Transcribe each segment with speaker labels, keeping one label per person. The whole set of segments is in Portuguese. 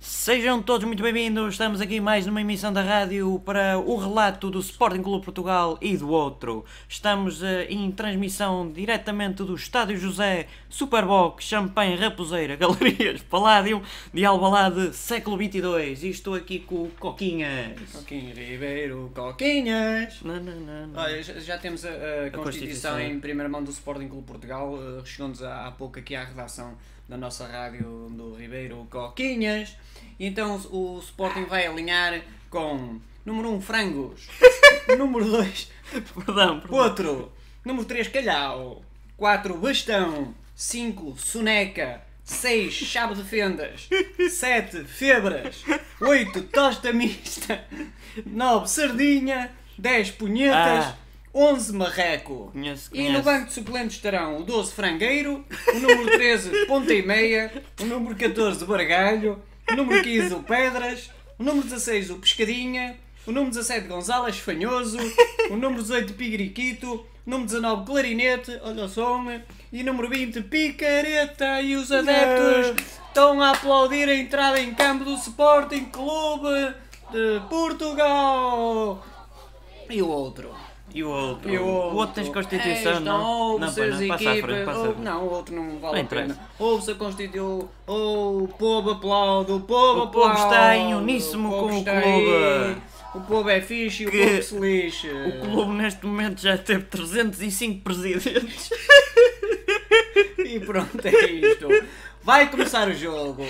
Speaker 1: Sejam todos muito bem-vindos, estamos aqui mais numa emissão da rádio para o relato do Sporting Clube Portugal e do outro. Estamos eh, em transmissão diretamente do Estádio José, Superboc, Champanhe, Raposeira, Galerias, Paládio de Albalade, século 22. E estou aqui com o Coquinhas.
Speaker 2: Coquinho Ribeiro, Coquinhas!
Speaker 1: Não, não, não, não.
Speaker 2: Olha, já, já temos Hum. a, a Constituição,
Speaker 1: Constituição.
Speaker 2: em primeira mão do Sporting Clube Portugal. eh, Chegou-nos há, há pouco aqui à redação da nossa rádio do Ribeiro Coquinhas. E então o Sporting vai alinhar com número 1, um, frangos. número 2,
Speaker 1: Perdão, perdão.
Speaker 2: potro. Número 3, calhau. 4, bastão. 5, soneca. 6, chave de fendas. 7, febras. 8, tosta mista. 9, sardinha. 10, punhetas.
Speaker 1: Ah.
Speaker 2: 11, marreco.
Speaker 1: Conheço,
Speaker 2: E no
Speaker 1: conheço.
Speaker 2: banco de suplentes estarão o 12, frangueiro. O número 13, ponta e meia. O número 14, bargalho. O número 15, o pedras. O número 16, o pescadinha. O número 17, Gonzalez Fanhoso. O número 18, Pigriquito. O número 19, Clarinete. Olha o som. E o número 20, Picareta. E os adeptos estão a aplaudir a entrada em campo do Sporting Clube de Portugal. E o outro?
Speaker 1: E o outro?
Speaker 2: E o outro?
Speaker 1: O outro tens Constituição,
Speaker 2: Ei,
Speaker 1: não?
Speaker 2: Ou
Speaker 1: não,
Speaker 2: vocês
Speaker 1: não, passa à frente,
Speaker 2: equipa,
Speaker 1: passa à
Speaker 2: ou-
Speaker 1: frente.
Speaker 2: Não, o outro não vale
Speaker 1: Não
Speaker 2: a pena.
Speaker 1: interessa.
Speaker 2: Ou se constituiu, ou o povo aplaude, o povo
Speaker 1: O povo
Speaker 2: aplaude.
Speaker 1: está em uníssono
Speaker 2: povo
Speaker 1: com o
Speaker 2: está aí,
Speaker 1: clube.
Speaker 2: O povo é fixe e o
Speaker 1: Que-
Speaker 2: povo se lixa.
Speaker 1: O clube neste momento já teve 305 presidentes.
Speaker 2: E pronto, é isto. Vai começar o jogo.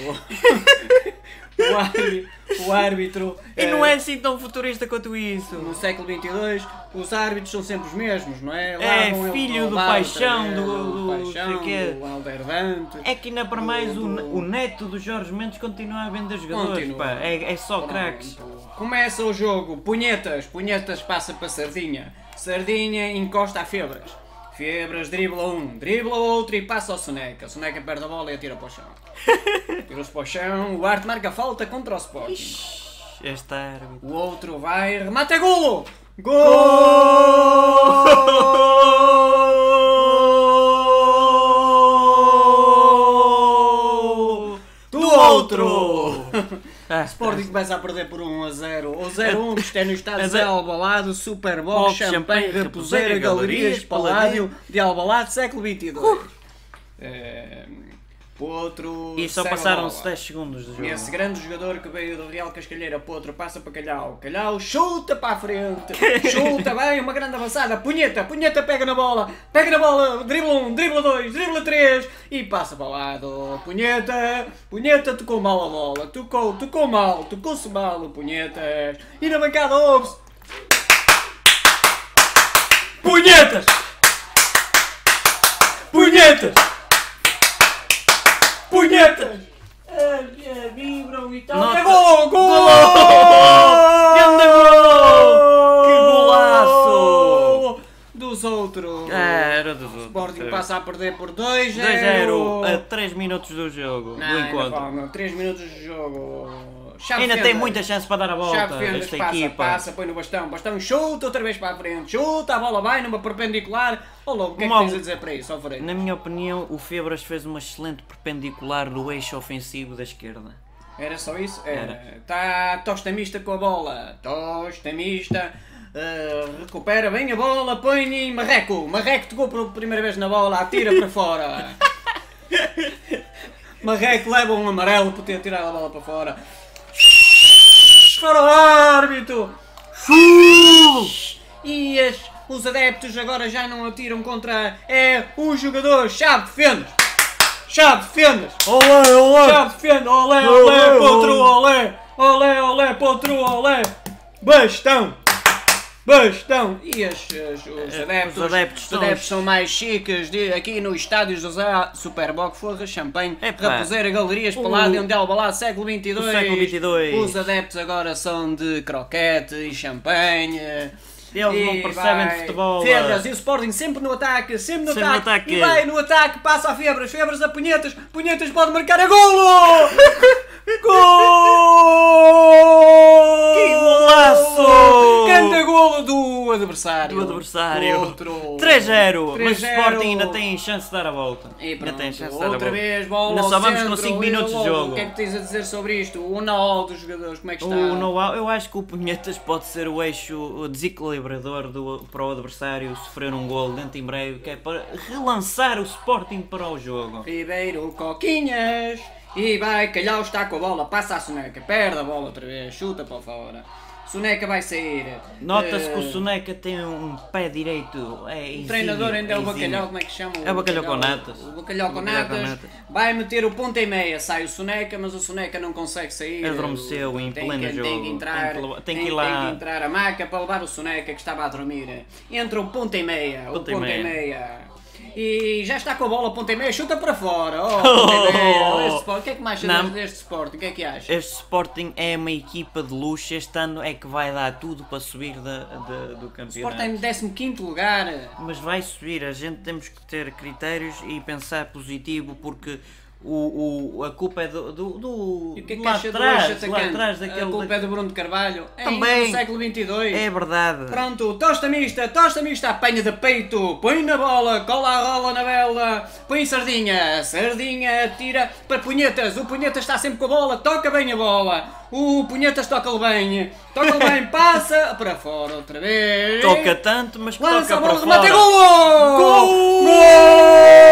Speaker 2: o, árbitro, o árbitro.
Speaker 1: E
Speaker 2: eh,
Speaker 1: não é assim tão futurista quanto isso.
Speaker 2: No século XXII, os árbitros são sempre os mesmos, não é?
Speaker 1: É,
Speaker 2: vão eles
Speaker 1: filho
Speaker 2: ao
Speaker 1: do
Speaker 2: Walter,
Speaker 1: paixão,
Speaker 2: é,
Speaker 1: do- do- sei
Speaker 2: paixão,
Speaker 1: quê.
Speaker 2: do Alder Dante.
Speaker 1: É que ainda para mais o,
Speaker 2: Do-
Speaker 1: o neto do Jorge Mendes continua a vender jogadores,
Speaker 2: Continua.
Speaker 1: pá. É, é só craques.
Speaker 2: Começa o jogo, punhetas, punhetas passa para Sardinha, Sardinha encosta a Febras, Febras dribla um, dribla outro e passa ao Soneca, Soneca perde a bola e atira para o chão. Atira-se para o chão, o Arte marca falta contra o Sporting,
Speaker 1: Este árbitro.
Speaker 2: o outro vai, remata é golo! Gol! Do outro!
Speaker 1: Ah,
Speaker 2: Sporting começa a perder por 1 a 0 ou 0 a 1 que está no
Speaker 1: É
Speaker 2: estádio de
Speaker 1: zero.
Speaker 2: Albalado, Superbox,
Speaker 1: Box,
Speaker 2: Champanhe,
Speaker 1: champanhe,
Speaker 2: Raposeira,
Speaker 1: Raposeira,
Speaker 2: Galerias,
Speaker 1: Galerias, Uh!
Speaker 2: Paládio, de Albalado, século XXII. Eh, Potro.
Speaker 1: E só
Speaker 2: segue a
Speaker 1: passaram-se
Speaker 2: bola.
Speaker 1: 10 segundos do jogo.
Speaker 2: Esse grande jogador que veio do Real Cascalheira, Potro, passa para Calhau. Calhau chuta para a frente. Chuta bem, uma grande avançada. Punheta, punheta pega na bola. Pega na bola, dribla um, dribla dois, dribla três e passa para o lado. Punheta, punheta, tocou mal a bola. Tocou, tocou mal, tocou-se mal o punhetas. E na bancada ouve-se. Punhetas! Punhetas! Punhetas! é Vibram e tal.
Speaker 1: Nota.
Speaker 2: É gol! Gol!
Speaker 1: Grande gol! Que golaço!
Speaker 2: Dos outros.
Speaker 1: Ah, era dos
Speaker 2: O É, Sporting
Speaker 1: outros.
Speaker 2: passa a perder por 2
Speaker 1: 2-0 a 3 minutos do jogo, do encontro.
Speaker 2: 3 minutos de jogo. Chave
Speaker 1: Ainda
Speaker 2: fenda.
Speaker 1: tem muita chance para dar a
Speaker 2: Chave
Speaker 1: volta
Speaker 2: fendas,
Speaker 1: esta
Speaker 2: passa,
Speaker 1: equipa.
Speaker 2: passa, põe no bastão, bastão, chuta outra vez para a frente, chuta, a bola vai numa perpendicular. Ó louco, o que é que
Speaker 1: Mal.
Speaker 2: tens a dizer para isso, Alfredo?
Speaker 1: Na minha opinião, o Febras fez uma excelente perpendicular do eixo ofensivo da esquerda.
Speaker 2: Era só isso? Era. Está tosta mista com a bola. Tosta mista. Uh, recupera bem a bola, põe em Marreco. Marreco tocou pela primeira vez na bola, atira para fora. Marreco leva um amarelo por ter tirado a bola para fora. Fora o árbitro! E as, os adeptos agora já não atiram contra. É o jogador Chave Fendas! Chave Fendas!
Speaker 1: Olá,
Speaker 2: Já defende, olé, olé,
Speaker 1: Olé,
Speaker 2: potro, olé, olé, olé, potro, olé. Bastão! Bastão! E as, as- os
Speaker 1: Eh,
Speaker 2: adeptos,
Speaker 1: os adeptos
Speaker 2: os
Speaker 1: são
Speaker 2: adeptos
Speaker 1: os-
Speaker 2: são mais chiques de, aqui no estádio José Superboc, Forra, Champanhe,
Speaker 1: Epá.
Speaker 2: Raposeira, Galerias, Paládio, onde é o balado, século XXII.
Speaker 1: O século XXII.
Speaker 2: Os adeptos agora são de croquete e champanhe.
Speaker 1: Eles não
Speaker 2: E
Speaker 1: percebem de
Speaker 2: vai.
Speaker 1: futebol. eh.
Speaker 2: Febras e o Sporting sempre no ataque, sempre no
Speaker 1: Sempre no
Speaker 2: ataque.
Speaker 1: ataque.
Speaker 2: E vai no ataque, passa a Febras, Febras a Punhetas, Punhetas pode marcar a golo! gol!
Speaker 1: Que golaço!
Speaker 2: Canta golo do adversário.
Speaker 1: Do adversário.
Speaker 2: Outro.
Speaker 1: 3-0. Mas o
Speaker 2: 3-0.
Speaker 1: Sporting ainda tem chance de dar a volta.
Speaker 2: E
Speaker 1: ainda
Speaker 2: pronto,
Speaker 1: tem chance de dar a
Speaker 2: outra
Speaker 1: volta.
Speaker 2: vez,
Speaker 1: tá
Speaker 2: bola
Speaker 1: Ainda
Speaker 2: ao
Speaker 1: só vamos com
Speaker 2: centro,
Speaker 1: cinco
Speaker 2: e
Speaker 1: minutos de
Speaker 2: logo,
Speaker 1: jogo.
Speaker 2: O que é que tens a dizer sobre isto? O know dos jogadores, como é que está?
Speaker 1: O know-how, eu acho que o Punhetas pode ser o eixo desequilibrador do, para o adversário sofrer um gol dentro em breve, que é para relançar o Sporting para o jogo.
Speaker 2: Ribeiro Coquinhas e vai, Calhau está com a bola, passa a Soneca, perde a bola outra vez, chuta para fora. Soneca vai sair.
Speaker 1: Nota-se
Speaker 2: Eh,
Speaker 1: que o Soneca tem um pé direito. É
Speaker 2: O treinador ainda é o
Speaker 1: exímio.
Speaker 2: bacalhau, como é que se chama?
Speaker 1: É o bacalhau com natas.
Speaker 2: O bacalhau com
Speaker 1: O bacalhau com
Speaker 2: natas.
Speaker 1: natas.
Speaker 2: Vai meter o ponto e meia, sai o Soneca, mas o Soneca não consegue sair.
Speaker 1: Adormeceu em
Speaker 2: Tem
Speaker 1: pleno
Speaker 2: que- Tem
Speaker 1: jogo.
Speaker 2: que entrar,
Speaker 1: Tem que levar- tem
Speaker 2: tem-
Speaker 1: que ir lá.
Speaker 2: tem que entrar a maca para levar o Soneca que estava a dormir. Entra o ponto e meia, o
Speaker 1: Ponta e
Speaker 2: ponto
Speaker 1: meia.
Speaker 2: e meia. E já está com a bola, ponto e meia, chuta para fora. Oh, ponta e meia,
Speaker 1: Oh.
Speaker 2: este Sport. O que é que mais
Speaker 1: Não.
Speaker 2: achas deste Sport? O que é que achas?
Speaker 1: Este Sporting é uma equipa de luxo. Este ano é que vai dar tudo para subir da, da- do campeonato.
Speaker 2: Sport está em 15 lugar.
Speaker 1: Mas vai subir, a gente temos que ter critérios e pensar positivo porque o, o- a culpa é do, do, do-
Speaker 2: E o que é
Speaker 1: do
Speaker 2: que
Speaker 1: lá
Speaker 2: acha do
Speaker 1: atrás,
Speaker 2: Rocha
Speaker 1: do lá atrás
Speaker 2: atacante? A
Speaker 1: daquele.
Speaker 2: culpa é do Bruno de Carvalho.
Speaker 1: Também.
Speaker 2: Ainda no século XXII.
Speaker 1: É verdade.
Speaker 2: Pronto, tosta mista, tosta mista, apanha de peito, põe na bola, cola a rola na vela, põe sardinha, sardinha, tira para punhetas, o punhetas está sempre com a bola, toca bem a bola, o punhetas toca-lhe bem, toca-lhe bem, passa para fora outra vez.
Speaker 1: Toca tanto, mas que toca
Speaker 2: Lança a
Speaker 1: para
Speaker 2: bola,
Speaker 1: fora.
Speaker 2: é remata, golo!
Speaker 1: Gol!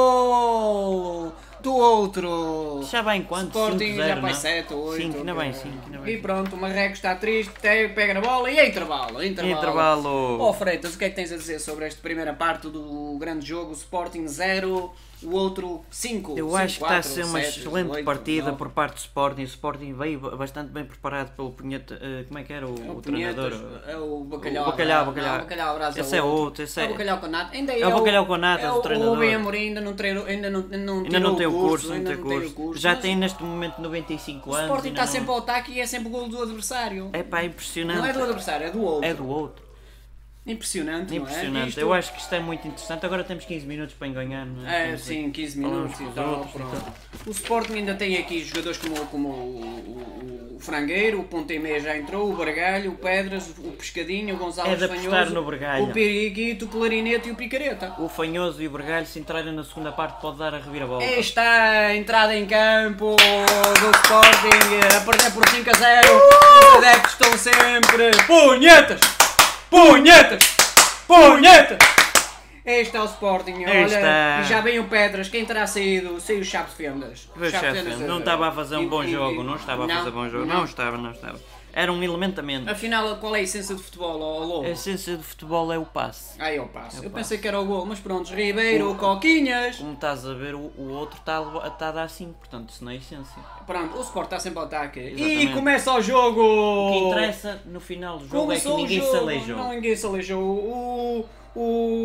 Speaker 2: Gol! Do outro!
Speaker 1: Já vai em quanto? 5-0,
Speaker 2: Sporting já vai
Speaker 1: não? é?
Speaker 2: 7 ou 8.
Speaker 1: Cinco, ainda bem, cinco, ainda bem.
Speaker 2: E pronto, o Marreco está triste, te- pega na bola e é intervalo. Intervalo.
Speaker 1: Intervalo.
Speaker 2: Oh Freitas, o que é que tens a dizer sobre esta primeira parte do grande jogo? Sporting 0, o outro 5.
Speaker 1: Eu acho que está a ser uma excelente partida por parte do Sporting. O Sporting veio ba- bastante bem preparado pelo Punheta. eh, como é que era o, o treinador?
Speaker 2: É o bacalhau.
Speaker 1: O bacalhau,
Speaker 2: Não,
Speaker 1: bacalhau.
Speaker 2: o bacalhau Brás
Speaker 1: Esse é outro, esse
Speaker 2: é
Speaker 1: é-
Speaker 2: o bacalhau com nata. Ainda
Speaker 1: É o bacalhau com natas,
Speaker 2: é
Speaker 1: o treinador.
Speaker 2: O Rubem Amorim ainda não treinou, ainda não, ainda não,
Speaker 1: Ainda
Speaker 2: tirou
Speaker 1: não tem o curso,
Speaker 2: ainda
Speaker 1: não tem
Speaker 2: não tirou
Speaker 1: curso.
Speaker 2: o curso.
Speaker 1: Já
Speaker 2: mas
Speaker 1: tem neste momento 95
Speaker 2: O
Speaker 1: anos.
Speaker 2: Sporting
Speaker 1: ainda
Speaker 2: está
Speaker 1: não-
Speaker 2: sempre ao ataque e é sempre o gol do adversário.
Speaker 1: É pá, impressionante.
Speaker 2: Não é do adversário, é do outro.
Speaker 1: É do outro.
Speaker 2: Impressionante, não é?
Speaker 1: Impressionante.
Speaker 2: Isto-
Speaker 1: Eu acho que isto é muito interessante. Agora temos 15 minutos para enganhar. não
Speaker 2: É,
Speaker 1: Temos
Speaker 2: sim, 15
Speaker 1: Falamos
Speaker 2: minutos
Speaker 1: com
Speaker 2: e
Speaker 1: os
Speaker 2: tal,
Speaker 1: outros,
Speaker 2: pronto.
Speaker 1: então.
Speaker 2: O Sporting ainda tem aqui jogadores como, como o, o- o Frangueiro, o Ponte e Meia já entrou, o Bargalho, o Pedras, o Pescadinho, o Gonzalo
Speaker 1: É de apostar
Speaker 2: Fanhoso,
Speaker 1: no Bargalho.
Speaker 2: o Periquito, o Clarinete e o Picareta.
Speaker 1: O Fanhoso e o Bergalho, se entrarem na segunda parte, pode dar a reviravolta.
Speaker 2: Aí está a entrada em campo do Sporting eh, a perder por 5 a 0.
Speaker 1: Uh!
Speaker 2: Os adeptos estão sempre punhetas! Punhetas! Punhetas! Aí está o Sporting,
Speaker 1: Aí
Speaker 2: olha,
Speaker 1: está.
Speaker 2: e já vem o Pedras, quem terá saído? Saiu o Chaves Fendas. eh,
Speaker 1: Veja, chefe,
Speaker 2: é,
Speaker 1: não estava a fazer um bom jogo, não estava a fazer bom jogo. Não, estava, não estava. Era um elementamento.
Speaker 2: Afinal, qual é a essência do futebol, ó, ó Lobo?
Speaker 1: A essência do futebol é o passe.
Speaker 2: Aí eu passo. Eu, pensei que era o gol, mas pronto, Ribeiro, Coquinhas.
Speaker 1: Como estás a ver, o, o outro está a, levar- está a dar 5, portanto, isso não é essência.
Speaker 2: Pronto, o Sport está sempre ao ataque. E
Speaker 1: Exatamente.
Speaker 2: começa o jogo!
Speaker 1: O que interessa no final do jogo é
Speaker 2: Oh. Começou
Speaker 1: que
Speaker 2: o
Speaker 1: ninguém
Speaker 2: jogo,
Speaker 1: se aleijou.
Speaker 2: Não, ninguém se aleijou. O,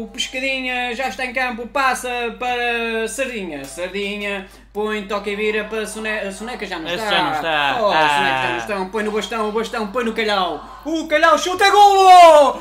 Speaker 2: o Pescadinha já está em campo, passa para Sardinha. Sardinha põe toca e vira para Soneca. A Soneca já não
Speaker 1: Esse
Speaker 2: está.
Speaker 1: já não está.
Speaker 2: Oh, a
Speaker 1: Ah.
Speaker 2: Soneca já não está. Põe no bastão, o bastão, põe no calhau. O calhau chuta golo!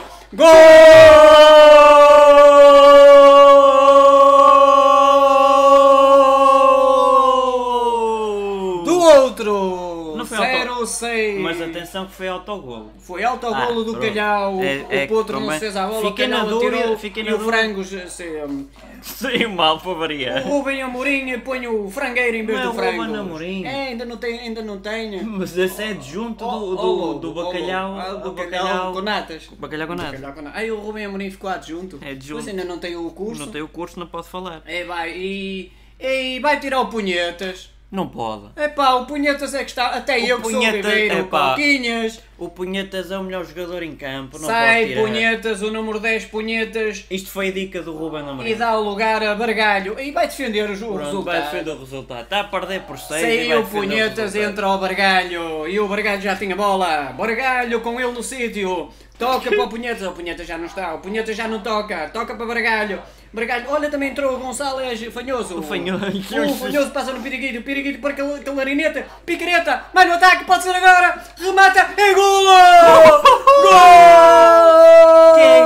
Speaker 2: Gol! Do outro!
Speaker 1: Não foi auto-
Speaker 2: 0-6.
Speaker 1: Mas atenção que foi autogolo.
Speaker 2: Foi autogolo
Speaker 1: Ah,
Speaker 2: do
Speaker 1: pronto.
Speaker 2: Calhau,
Speaker 1: É- é
Speaker 2: o Potro não
Speaker 1: também-
Speaker 2: fez a bola,
Speaker 1: Fiquei
Speaker 2: o
Speaker 1: na
Speaker 2: Calhau
Speaker 1: dúvida,
Speaker 2: atirou
Speaker 1: fiquei
Speaker 2: e
Speaker 1: na
Speaker 2: o
Speaker 1: dúvida.
Speaker 2: Frangos... Se, um,
Speaker 1: Sim, mal para variar.
Speaker 2: o Rubem Amorim põe o Frangueiro em vez
Speaker 1: Não é
Speaker 2: do
Speaker 1: o Ruben
Speaker 2: Frangos.
Speaker 1: Amorim.
Speaker 2: É, ainda não tem, ainda não tem.
Speaker 1: Mas esse é adjunto
Speaker 2: Oh,
Speaker 1: do,
Speaker 2: oh,
Speaker 1: do, do
Speaker 2: oh, oh,
Speaker 1: bacalhau.
Speaker 2: ah,
Speaker 1: do
Speaker 2: o bacalhau com natas.
Speaker 1: Bacalhau com nada.
Speaker 2: Bacalhau com natas. Aí o Rubem Amorim ficou adjunto,
Speaker 1: É adjunto.
Speaker 2: mas ainda não tem o curso.
Speaker 1: Não tem o curso, não pode falar.
Speaker 2: É, vai, e, e vai tirar o Punhetas.
Speaker 1: Não pode.
Speaker 2: Epá, o Punhetas é que está, até eu que sou o
Speaker 1: Punheta- é
Speaker 2: Ribeiro,
Speaker 1: epá.
Speaker 2: Pouquinhas.
Speaker 1: O Punhetas é o melhor jogador em campo. Não pode
Speaker 2: Sai,
Speaker 1: tirar.
Speaker 2: Punhetas, o número 10, Punhetas.
Speaker 1: Isto foi a dica do Ruben
Speaker 2: E
Speaker 1: Amorim.
Speaker 2: dá o lugar a Bargalho. E vai defender o jogo.
Speaker 1: Pronto, vai defender o resultado. Está a perder por 6.
Speaker 2: Saiu punhetas, entra o Bargalho. E o Bargalho já tinha bola. Bargalho com ele no sítio. Toca para o Punhetas. O Punhetas já não está. O Punhetas já não toca. Toca para Bargalho. Bargalho, olha, também entrou o Gonçalves Fanhoso. O
Speaker 1: Fanhoso.
Speaker 2: O Fanhoso passa no Piriguito. Piriguito para Cal- Calarineta. Picareta. Mais no ataque. Pode ser agora. Remata. É golo! Gol!
Speaker 1: Que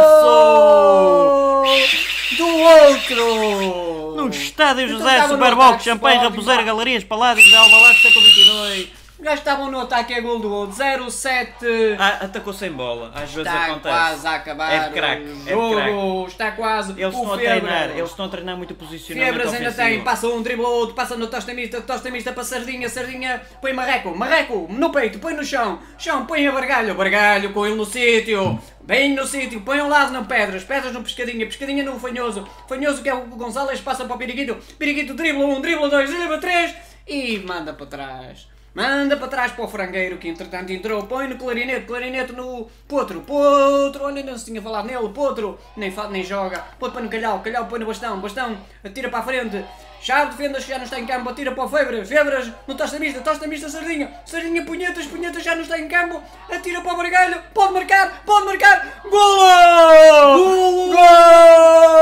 Speaker 1: golaço!
Speaker 2: Do outro!
Speaker 1: Não está Estádio
Speaker 2: Então
Speaker 1: José
Speaker 2: estava no
Speaker 1: Superboc,
Speaker 2: ataque,
Speaker 1: Champanhe,
Speaker 2: Sporting,
Speaker 1: Raposeira,
Speaker 2: pá.
Speaker 1: Galerias, Paládios, Alvalade, século XXII.
Speaker 2: O gajo estava no ataque a gol do outro. 0-7.
Speaker 1: Ah, atacou sem bola, às vezes
Speaker 2: Está
Speaker 1: acontece.
Speaker 2: Tá, quase a acabar
Speaker 1: É de craque, é
Speaker 2: o
Speaker 1: de
Speaker 2: jogo.
Speaker 1: craque.
Speaker 2: está quase.
Speaker 1: Eles
Speaker 2: o
Speaker 1: estão a
Speaker 2: Febras.
Speaker 1: treinar, eles estão a treinar muito o posicionamento
Speaker 2: Febras ainda
Speaker 1: ofensivo.
Speaker 2: tem. Passa um, dribla outro, passa no tosta mista, tosta mista para Sardinha, Sardinha põe Marreco, Marreco no peito, põe no chão, chão põe a Bargalho, Bargalho com ele no sítio. Bem no sítio, põe um lado no Pedras, Pedras no Pescadinha, Pescadinha no Fanhoso, Fanhoso que é o Gonzalez, passa para o Piriguito, Piriguito dribla um, dribla dois, dribla três e manda para trás. Manda para trás para o frangueiro que entretanto entrou, põe no clarinete, clarinete no potro, potro, olha, não se tinha falado nele, potro, nem, fa- nem joga, potro põe no calhau, calhau põe no bastão, bastão, atira para a frente, chave de fendas que já não está em campo, atira para o Febras, Febras, no tosta mista, tosta mista, sardinha, sardinha, punhetas, punhetas já não está em campo, atira para o bargalho, pode marcar, pode marcar, golo! Golo!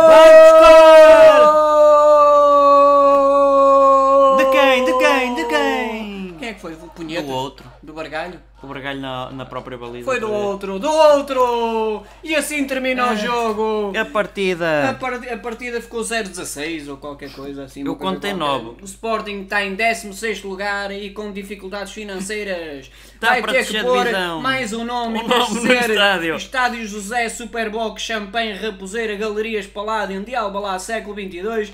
Speaker 2: Golo!
Speaker 1: De quem? De quem? De quem?
Speaker 2: Quem é que foi? Punhetas?
Speaker 1: Do outro.
Speaker 2: Do Bargalho?
Speaker 1: O Bragalho na, na própria baliza.
Speaker 2: Foi do
Speaker 1: outra vez.
Speaker 2: outro, do outro! E assim termina o jogo!
Speaker 1: A partida.
Speaker 2: A, par- a partida ficou 0-16 ou qualquer coisa assim.
Speaker 1: Eu
Speaker 2: uma coisa
Speaker 1: contei
Speaker 2: qualquer.
Speaker 1: nove.
Speaker 2: O Sporting está em 16 lugar e com dificuldades financeiras.
Speaker 1: Tá
Speaker 2: Vai
Speaker 1: para
Speaker 2: ter que
Speaker 1: descer de
Speaker 2: pôr
Speaker 1: divisão.
Speaker 2: mais um nome
Speaker 1: Um
Speaker 2: para
Speaker 1: nome no
Speaker 2: ser
Speaker 1: estádio.
Speaker 2: Estádio José, Superboc, Champanhe, Raposeira, Galerias Paládio, Diabo lá, século 22.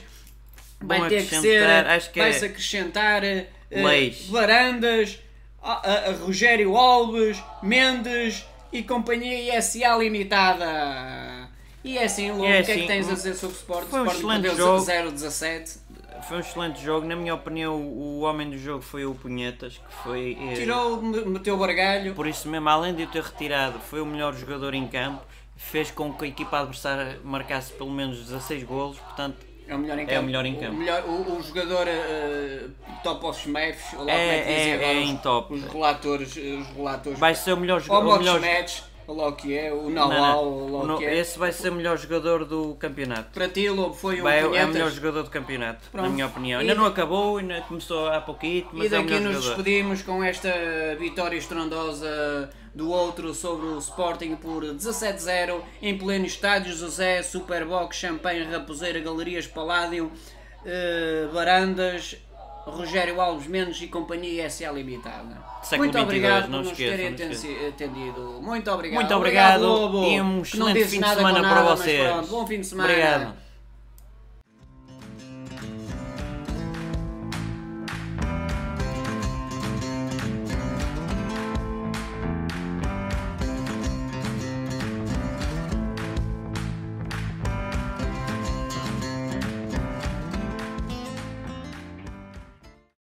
Speaker 2: Vai
Speaker 1: Vão
Speaker 2: ter que ser.
Speaker 1: acrescentar, acho que é-
Speaker 2: Vai-se acrescentar. eh, eh,
Speaker 1: Leis.
Speaker 2: Varandas, a- a- a Rogério Alves, Mendes e companhia ISA Limitada. E é assim, Lobo,
Speaker 1: É
Speaker 2: o que é
Speaker 1: assim,
Speaker 2: que tens
Speaker 1: um-
Speaker 2: a dizer sobre o Sporting?
Speaker 1: foi um
Speaker 2: Sporting
Speaker 1: excelente
Speaker 2: perdeu
Speaker 1: jogo.
Speaker 2: 0-17.
Speaker 1: Foi um excelente jogo. Na minha opinião, o homem do jogo foi o Punhetas, que foi. eh,
Speaker 2: Tirou, me- meteu o bargalho.
Speaker 1: Por isso mesmo, além de eu ter retirado, foi o melhor jogador em campo. Fez com que a equipa adversária marcasse pelo menos 16 golos. Portanto,
Speaker 2: É o melhor em
Speaker 1: É
Speaker 2: campo.
Speaker 1: o melhor em campo.
Speaker 2: O, melhor- o- o jogador eh, top of match, ou lá
Speaker 1: É-
Speaker 2: como é que dizem
Speaker 1: é-
Speaker 2: agora
Speaker 1: é
Speaker 2: os-
Speaker 1: em top.
Speaker 2: Os relatores, eh, os relatores.
Speaker 1: vai ser o melhor
Speaker 2: ou
Speaker 1: jogador.
Speaker 2: o
Speaker 1: o melhor-
Speaker 2: match, ou lá o que é, o
Speaker 1: Não,
Speaker 2: Nawal, ou
Speaker 1: não.
Speaker 2: lá o
Speaker 1: Não,
Speaker 2: que é.
Speaker 1: Esse vai ser o melhor jogador do campeonato.
Speaker 2: Para ti, Lobo, foi um
Speaker 1: Vai, é o
Speaker 2: punhetas.
Speaker 1: melhor jogador do campeonato, na
Speaker 2: Pronto.
Speaker 1: minha opinião.
Speaker 2: E-
Speaker 1: Ainda não acabou, ainda começou há pouquinho,
Speaker 2: E
Speaker 1: mas é o
Speaker 2: daqui
Speaker 1: melhor
Speaker 2: nos
Speaker 1: jogador.
Speaker 2: despedimos com esta vitória estrondosa do outro sobre o Sporting por 17-0 em pleno estádio José, Superbox, Champanhe, Raposeira, Galerias Paládio, eh, Varandas, Rogério Alves Mendes e companhia SA Limitada.
Speaker 1: Século
Speaker 2: Muito
Speaker 1: 22,
Speaker 2: obrigado por
Speaker 1: não
Speaker 2: nos
Speaker 1: esqueça,
Speaker 2: terem
Speaker 1: não esqueça.
Speaker 2: atenci- atendido. Muito obrigado.
Speaker 1: Muito obrigado,
Speaker 2: Lobo,
Speaker 1: e um
Speaker 2: que não
Speaker 1: excelente
Speaker 2: dizes
Speaker 1: fim de
Speaker 2: nada com
Speaker 1: semana
Speaker 2: nada,
Speaker 1: para
Speaker 2: mas
Speaker 1: vocês.
Speaker 2: pronto, bom fim de semana.
Speaker 1: Obrigado.